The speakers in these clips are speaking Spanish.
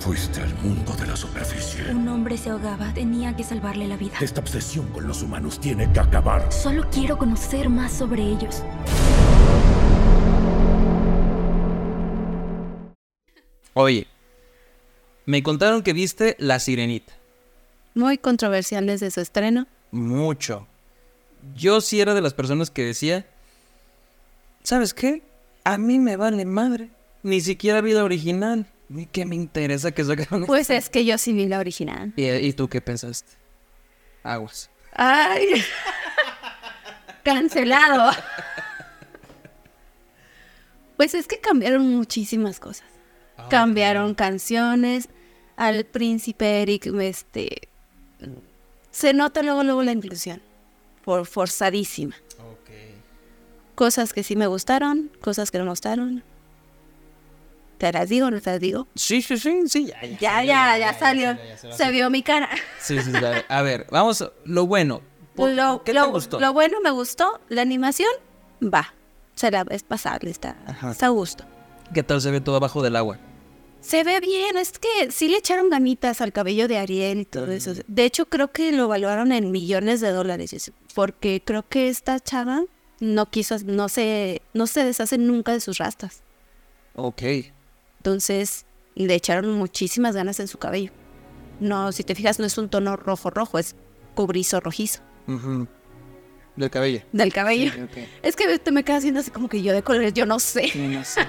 Fuiste al mundo de la superficie. Un hombre se ahogaba, tenía que salvarle la vida. Esta obsesión con los humanos tiene que acabar. Solo quiero conocer más sobre ellos. Oye, me contaron que viste La Sirenita. Muy controversial desde su estreno. Mucho. Yo sí era de las personas que decía, ¿sabes qué? A mí me vale madre. Ni siquiera vi la original. ¿Y ¿Qué me interesa que sacaron? Pues es que yo sí vi la original. ¿Y, ¿Y tú qué pensaste? Aguas. ¡Ay! Cancelado. Pues es que cambiaron muchísimas cosas. cambiaron canciones. Al príncipe Eric, este. Se nota luego, luego la inclusión. Por forzadísima. Ok. Cosas que sí me gustaron, cosas que no me gustaron. ¿Te las digo o no te las digo? Sí, sí, sí, sí, ya, ya. Ya, ya, ya salió. Se vio mi cara. Sí, sí, sí, a ver, vamos, a- lo bueno. Po- Lo, ¿Qué lo- te gustó? lo bueno me gustó. La animación va. Se la es pasable, está, Ajá. está a gusto. ¿Qué tal se ve todo abajo del agua? Se ve bien, es que sí le echaron ganitas al cabello de Ariel y todo eso. De hecho, creo que lo evaluaron en millones de dólares, es- porque creo que esta chava no quiso, no se, no se deshace nunca de sus rastas. Ok. Entonces, le echaron muchísimas ganas en su cabello. No, si te fijas, no es un tono rojo rojo, es cobrizo rojizo Ujú. Del cabello. del cabello. Es que te me quedas haciendo así como que yo de colores, yo no sé. Sí, no sé.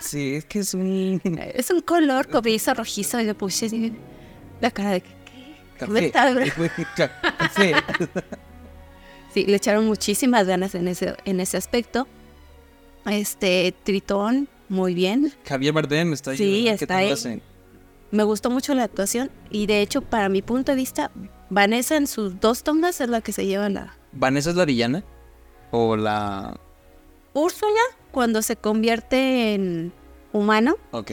sí, es que es un... Es un color cobrizo rojizo y le puse así la cara de que- Café. está, bro? Ca- Café. Sí, le echaron muchísimas ganas en ese, en ese aspecto. Este, Tritón, muy bien. Javier Bardem está ahí. Sí, ¿verdad? ¿Qué está tal lo ahí. hacen? Me gustó mucho la actuación y de hecho, para mi punto de vista, Vanessa en sus dos tomas es la que se lleva la... ¿Vanessa es la villana? ¿O la...? Úrsula, cuando se convierte en humano, Ok.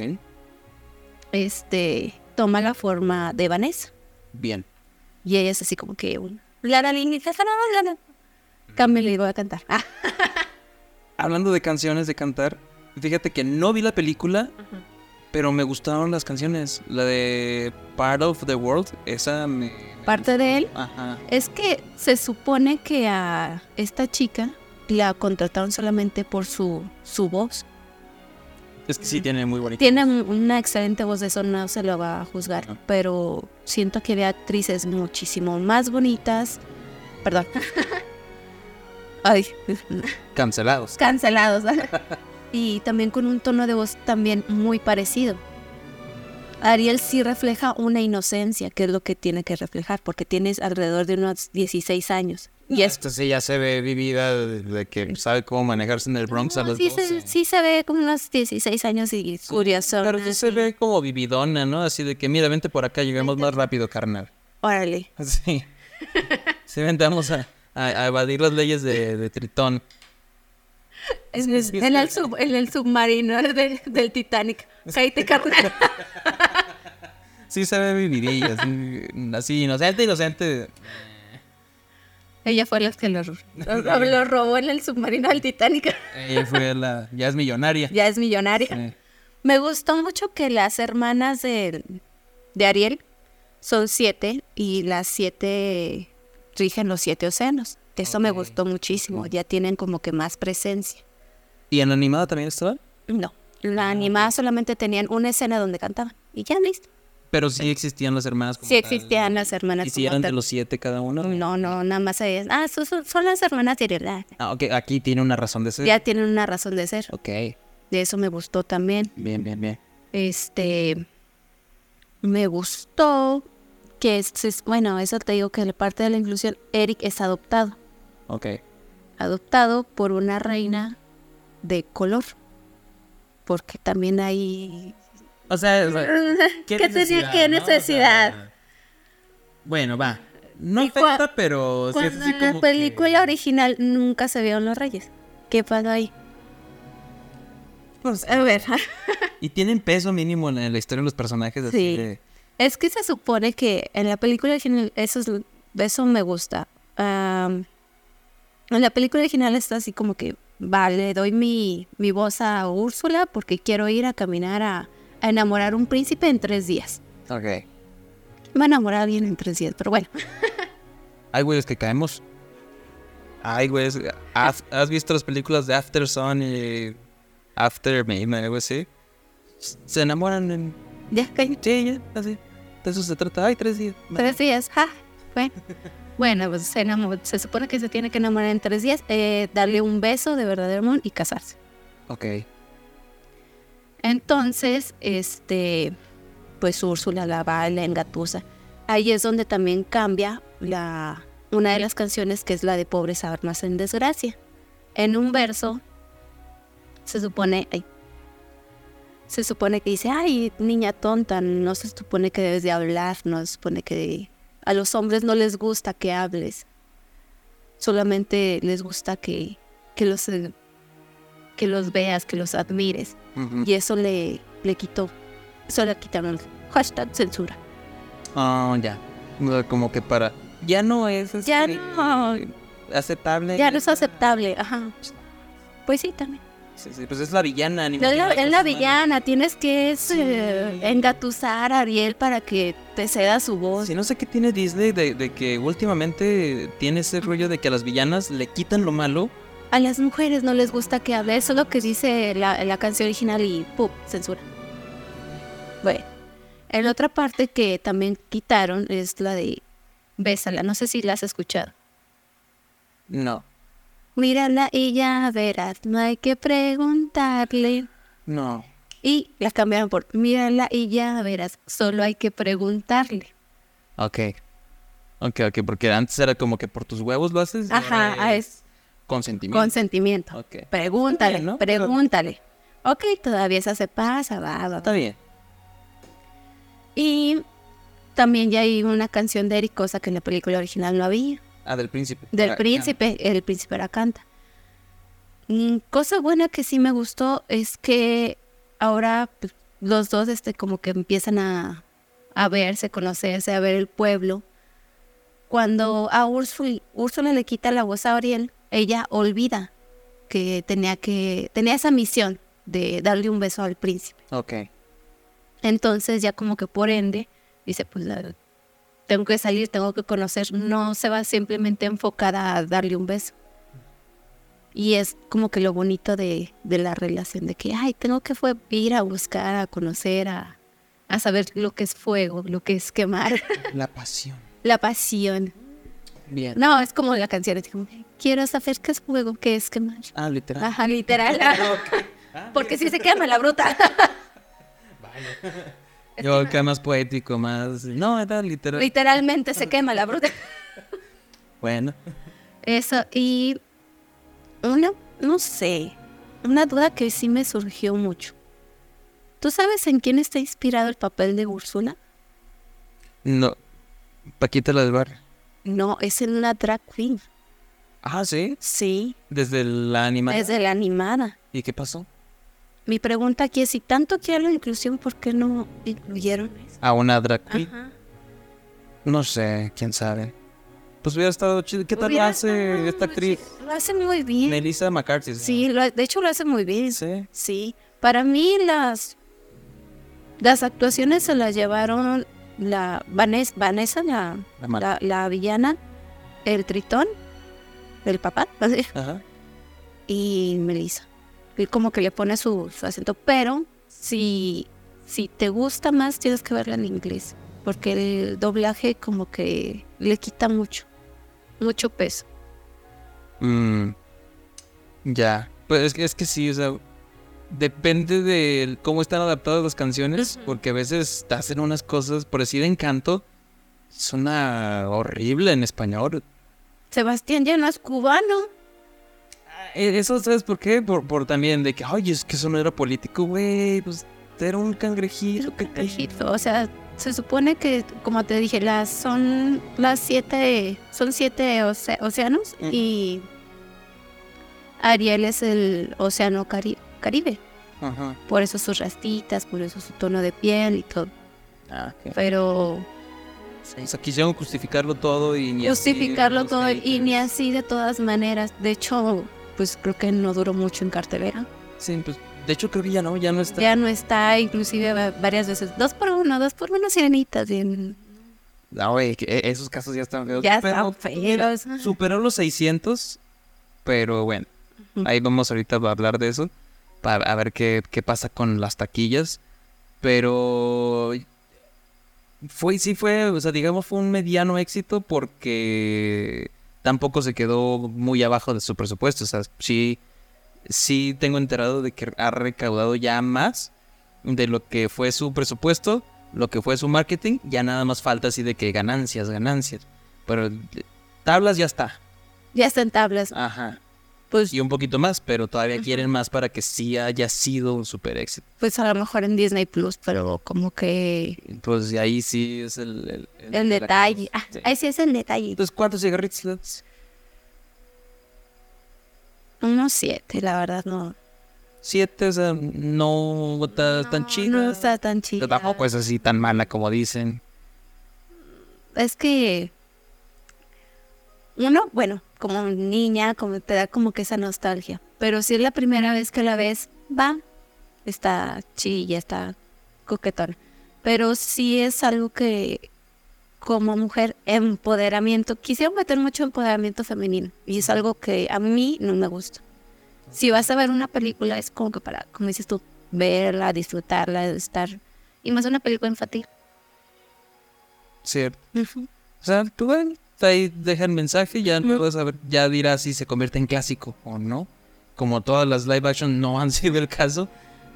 este, toma la forma de Vanessa. Bien. Y ella es así como que un... Lara Lynn dice, "Esa no, no, Lara". Cambio y le voy a cantar. Ah, Hablando de canciones, de cantar, fíjate que no vi la película, pero me gustaron las canciones. La de Part of the World, esa me... me parte de él. gustó. Ajá. Es que se supone que a esta chica la contrataron solamente por su, su voz. Es que sí tiene muy bonita. Tiene un- una excelente voz, eso no se lo va a juzgar, pero siento que había actrices muchísimo más bonitas. Perdón. Ay, Cancelados. cancelados. y también con un tono de voz también muy parecido. Ariel sí refleja una inocencia, que es lo que tiene que reflejar, porque tienes alrededor de unos 16 años. Y es Esta sí ya se ve vivida de- de que sabe cómo manejarse en el Bronx a No, las Ah, sí, 12. se, sí se ve como unos 16 años y curioso. Pero sí se ve como vividona, ¿no? Así de que, mira, vente por acá, llegamos más rápido, carnal. Órale. Sí. Sí, vente, vamos a, a- a evadir las leyes de, de Tritón. Es- es- en, el sub- en el submarino del, del Titanic. Cállate, carnal. Sí se ve vividilla, así, así, inocente, inocente. Ella fue la que lo, lo- lo robó en el submarino del Titanic. Ella fue la... ya es millonaria. Ya es millonaria. Sí. Me gustó mucho que las hermanas de, de Ariel son siete y las siete rigen los siete océanos. Eso me gustó muchísimo. Ya tienen como que más presencia. ¿Y en la animada también estaba? No. La Ah, animada solamente tenían una escena donde cantaban. Y ya listo. Pero sí existían las hermanas. como Sí tal. existían las hermanas. ¿Y si como eran de tal. los siete cada uno? No, no, nada más ellas. Ah, son, son- son las hermanas de verdad. Ah, ok, aquí tiene una razón de ser. Ya tienen una razón de ser. Ok, De eso me gustó también. bien, bien, bien. Este, me gustó que, es, es- bueno, eso te digo que la parte de la inclusión, Eric es adoptado. Ok. Adoptado por una reina de color. Porque también hay... O sea, o sea, ¿Qué, tenía- qué no? O sea, necesidad? bueno, va. No Y cua- afecta, pero pues, sí es Cuando así en como la que- película original nunca se vieron los reyes. ¿Qué pasó ahí? Pues, A ver. y tienen peso mínimo en en la historia de los personajes. Así Sí. de- Es que se supone que en la película original, eso, es lo- eso me gusta. Am, en la película original está así como que, vale, doy mi, mi voz a Úrsula porque quiero ir a caminar a, a enamorar a un príncipe en tres días. Ok. Va a enamorar a alguien en tres días, pero bueno. Hay güeyes que caemos. Hay güeyes. ¿Has, has visto las películas de After Sun y After Me, algo así? S- Se enamoran en. Ya, cállate. Sí, ya, así. De eso se trata. Ay, tres días. Tres días, ja. Bueno, bueno pues se, enamo- se supone que se tiene que enamorar en tres días, eh, darle un beso de verdadero amor y casarse. Ok. Entonces, este, pues Úrsula la va y la engatusa. Ahí es donde también cambia la, una de las canciones que es la de Pobres Armas en Desgracia. En un verso se supone, ay, se supone que dice, ay, niña tonta, no se supone que debes de hablar, no se supone que a los hombres no les gusta que hables, solamente les gusta que, que, los, eh, que los veas, que los admires Ujú. y eso le, le quitó, eso le quitaron el hashtag censura. Ah, ya. No, Como que para. Ya no es. Ya este, no, Aceptable. ya no es aceptable, ajá. Pues sí, también. Sí, sí, pues es la villana. ni No, es la, modo que es la su madre. villana, tienes que eh, engatusar a Ariel para que te ceda su voz. Sí, no sé qué tiene Disney de, de que últimamente tiene ese rollo de que a las villanas le quitan lo malo. A las mujeres no les gusta que hable, eso es lo que dice la, la canción original y ¡pum! censura. Bueno, en otra parte que también quitaron es la de Bésala, no sé si la has escuchado. No, Mírala y ya verás, no hay que preguntarle. no. Y la cambiaron por mírala y ya verás, solo hay que preguntarle. Ok. Ok, ok, porque antes era como que por tus huevos lo haces. y Ajá, ahora ah, es Consentimiento. consentimiento. Ok. Pregúntale, Está bien, ¿no? pregúntale. Ok, todavía esa se pasa, va, va, Ah, Está va. bien. Y también ya hay una canción de Eric Cosa que en la película original no había. Ah, del príncipe. Del Ah, príncipe, el príncipe la canta. Mm, cosa buena que sí me gustó es que ahora pues, los dos este, como que empiezan a, a verse, conocerse, a ver el pueblo. Cuando a Úrsula, Úrsula le quita la voz a Ariel, ella olvida que tenía, que tenía esa misión de darle un beso al príncipe. ya. Ok. Entonces ya como que por ende dice, pues la- tengo que salir, tengo que conocer, no se va simplemente enfocada a darle un beso. Y es como que lo bonito de, de la relación, de que, ay, tengo que fue ir a buscar, a conocer, a, a saber lo que es fuego, lo que es quemar, La pasión. la pasión. Bien. No, es como la canción, es como, quiero saber qué es fuego, qué es quemar. Ah, literal. Ajá, literal. Porque si se quema la bruta. Yo acá más poético, más. No, era literal. Literalmente se quema la bruta. Bueno. Eso, y una, no sé, una duda que sí me surgió mucho. ¿Tú sabes en quién está inspirado el papel de Úrsula? No. Paquita la del barrio. No, es en una drag queen. Ah, sí. Sí, Desde la animal. es de la animada. ¿Y qué pasó? Mi pregunta aquí es, si tanto quieren la inclusión, ¿por qué no incluyeron eso? A una drag queen. Ajá. No sé, quién sabe. Pues hubiera estado chido. ¿Qué tal Hubiera hace estado- esta actriz? Lo hace muy bien. Melissa McCarthy. se Sí, lo- de hecho lo hace muy bien. llama. Sí. Sí, para mí las las actuaciones se las llevaron la Vanessa, Vanessa la, La mala. la- la villana, el tritón, el papá Ajá. y Melissa. Y como que le pone su, su acento, pero si, si te gusta más tienes que verla en inglés, porque el doblaje como que le quita mucho, mucho peso. Mm, Ya. Pues es que, es que sí, o sea. Depende de el- cómo están adaptadas las canciones. Porque a veces te hacen unas cosas, por decir encanto, suena horrible en español. Sebastián ya no es cubano. Eh, Eso, ¿sabes por qué? Por, por también de que, oye, es que eso no era político, güey. Pues era un cangrejito. que te- Egipto, O sea, se supone que, como te dije, las son las siete, son siete oce- océanos Ujú. y Ariel es el océano Cari- Caribe. Ajá. Por eso sus rastitas, por eso su tono de piel y todo. Ah, ok. Pero O sea, quisieron justificarlo todo y ni así justificarlo los todo y haters. ni así de todas maneras. De hecho, pues creo que no duró mucho en cartelera. Sí, pues De hecho, creo que ya no, ya no está. Ya no está, inclusive va- varias veces. Dos por uno, dos por uno, sirenitas. y- Ah, güey, que e- esos casos ya están feos. Ya Pero, pues, están feos. mira, Superó los 600, pero bueno, ahí vamos ahorita a hablar de eso, para a ver qué, qué pasa con las taquillas. Pero fue, sí fue, o sea, digamos fue un mediano éxito porque tampoco se quedó muy abajo de su presupuesto. O sea, sí, sí tengo enterado de que ha recaudado ya más de lo que fue su presupuesto, lo que fue su marketing, ya nada más falta así de que ganancias, ganancias. Pero eh, tablas ya está. Ya están tablas. Ajá. Pues, Y un poquito más, pero todavía quieren más para que sí haya sido un super éxito. pues a lo mejor en Disney Plus, pero como que Entonces ahí sí es el, el, el- el la detalle. cosa. Ah, Sí. ahí sí es el detalle. Entonces, ¿cuántos cigarritos? Unos siete, la verdad, no. Siete, o sea, no está tan chido. No está tan chido. Pero tampoco es así tan mala como dicen. Es que uno, bueno, como niña, como te da como que esa nostalgia. Pero si es la primera vez que la ves, va, está chilla, está coquetón. Pero sí es algo que como mujer, empoderamiento, quisieron meter mucho empoderamiento femenino. Y es algo que a mí no me gusta. Si vas a ver una película, es como que para, como dices tú, verla, disfrutarla, estar. Y más una película infantil. Cierto. O sea, tú ven, ahí dejan mensaje, ya no vas a ver, ya dirá si se convierte en clásico o no. Como todas las live action no han sido el caso,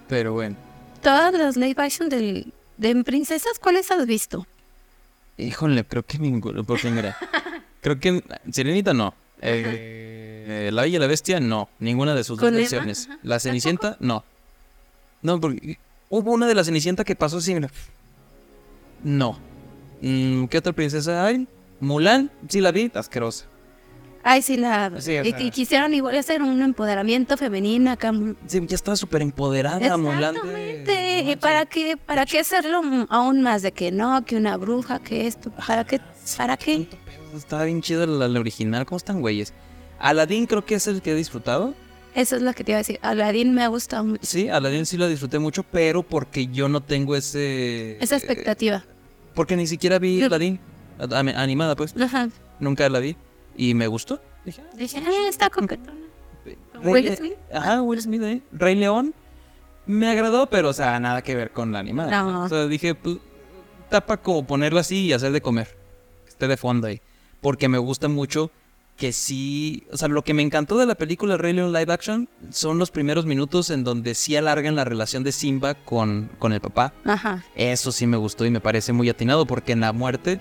pero bueno. Todas las live action del, de princesas, ¿cuáles has visto? Híjole, creo que ninguno, porque mira, creo que Sirenita no. Eh, eh, la Bella y la Bestia no, ninguna de sus dos Con Emma, versiones. La Cenicienta no. No, porque hubo una de la Cenicienta que pasó así, mira. No. Mm, ¿Qué otra princesa hay? Mulan, sí la vi, asquerosa. Ay, sí, la. Sí, o y, sea. y quisieron igual hacer un empoderamiento femenino acá. Sí, ya estaba súper empoderada, Mulan. Exactamente. ¿Y para qué, para qué hacerlo m- aún más de que no, que una bruja, que esto? ¿Para qué? ¿Para qué? Estaba bien chido la, la original. ¿Cómo están, güeyes? Aladdin creo que es el que he disfrutado. Eso es lo que te iba a decir. Aladdin me ha gustado mucho. Sí, Aladdin sí lo disfruté mucho, pero porque yo no tengo ese... eh, Esa expectativa. Porque ni siquiera vi Yo- Aladdin a- a- animada, pues. Ajá. Nunca la vi. Y me gustó. Dije, ah, Dije, "Ah, está coquetona. Rey Will Le- Smith. Ajá, Will Smith, eh. Rey León me agradó, pero, o sea, nada que ver con la animada. No. O sea, dije, pues, tapa como ponerlo así y hacer de comer. Que esté de fondo ahí. Porque me gusta mucho que sí. O sea, lo que me encantó de la película Rey León Live Action son los primeros minutos en donde sí alargan la relación de Simba con, con el papá. Ajá. Eso sí me gustó y me parece muy atinado porque en la muerte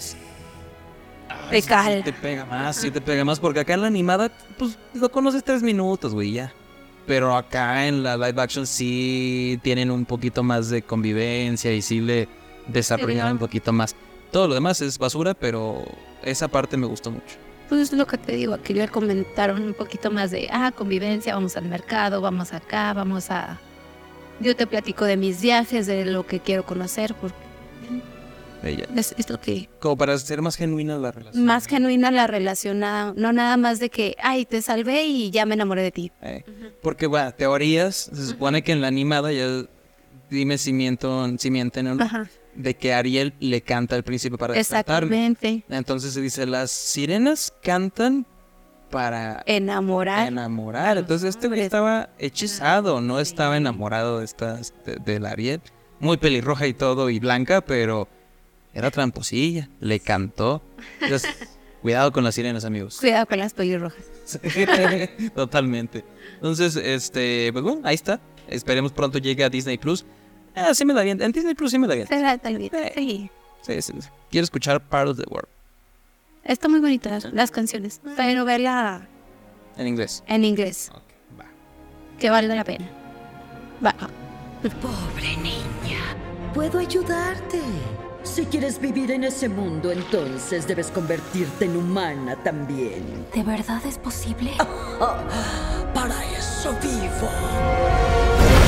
Te sí cala. te pega más, sí te pega más, porque acá en la animada, pues lo conoces tres minutos, güey, ya. Pero acá en la live action sí tienen un poquito más de convivencia y sí le desarrollan un poquito más. Todo lo demás es basura, pero esa parte me gustó mucho. Pues lo que te digo, aquí le comentaron un poquito más de, ah, convivencia, vamos al mercado, vamos acá, vamos a... Yo te platico de mis viajes, de lo que quiero conocer, porque Ella. es, es lo que... Como para ser más genuina la relación. Más genuina la relación, nada- no nada más de que, ay, te salvé y ya me enamoré de ti. Eh, Porque, bueno, teorías, se supone que en la animada ya... Dime si, miento, si mienten o no. Ajá. De que Ariel le canta al príncipe para despertarme. Exactamente. Entonces se dice, las sirenas cantan para Enamorar. enamorar. Entonces este güey hombres. estaba hechizado, no estaba enamorado de esta de, del Ariel. Muy pelirroja y todo y blanca, pero era tramposilla, le cantó. Entonces, cuidado con las sirenas, amigos. Cuidado con las pelirrojas. Totalmente. Entonces, este, pues bueno, ahí está. Esperemos pronto llegue a Disney Plus. Ah, sí me la vi. En Disney Plus sí me la vi. Se la- tal vez, Eh. Sí. Sí, sí, sí. Quiero escuchar Part of the World Está muy bonitas las canciones, pero verla en inglés. en inglés, Ok, va. que vale la pena. Va. Pobre niña. Puedo ayudarte. Si quieres vivir en ese mundo, entonces debes convertirte en humana también. ¿De verdad es posible? Para eso vivo.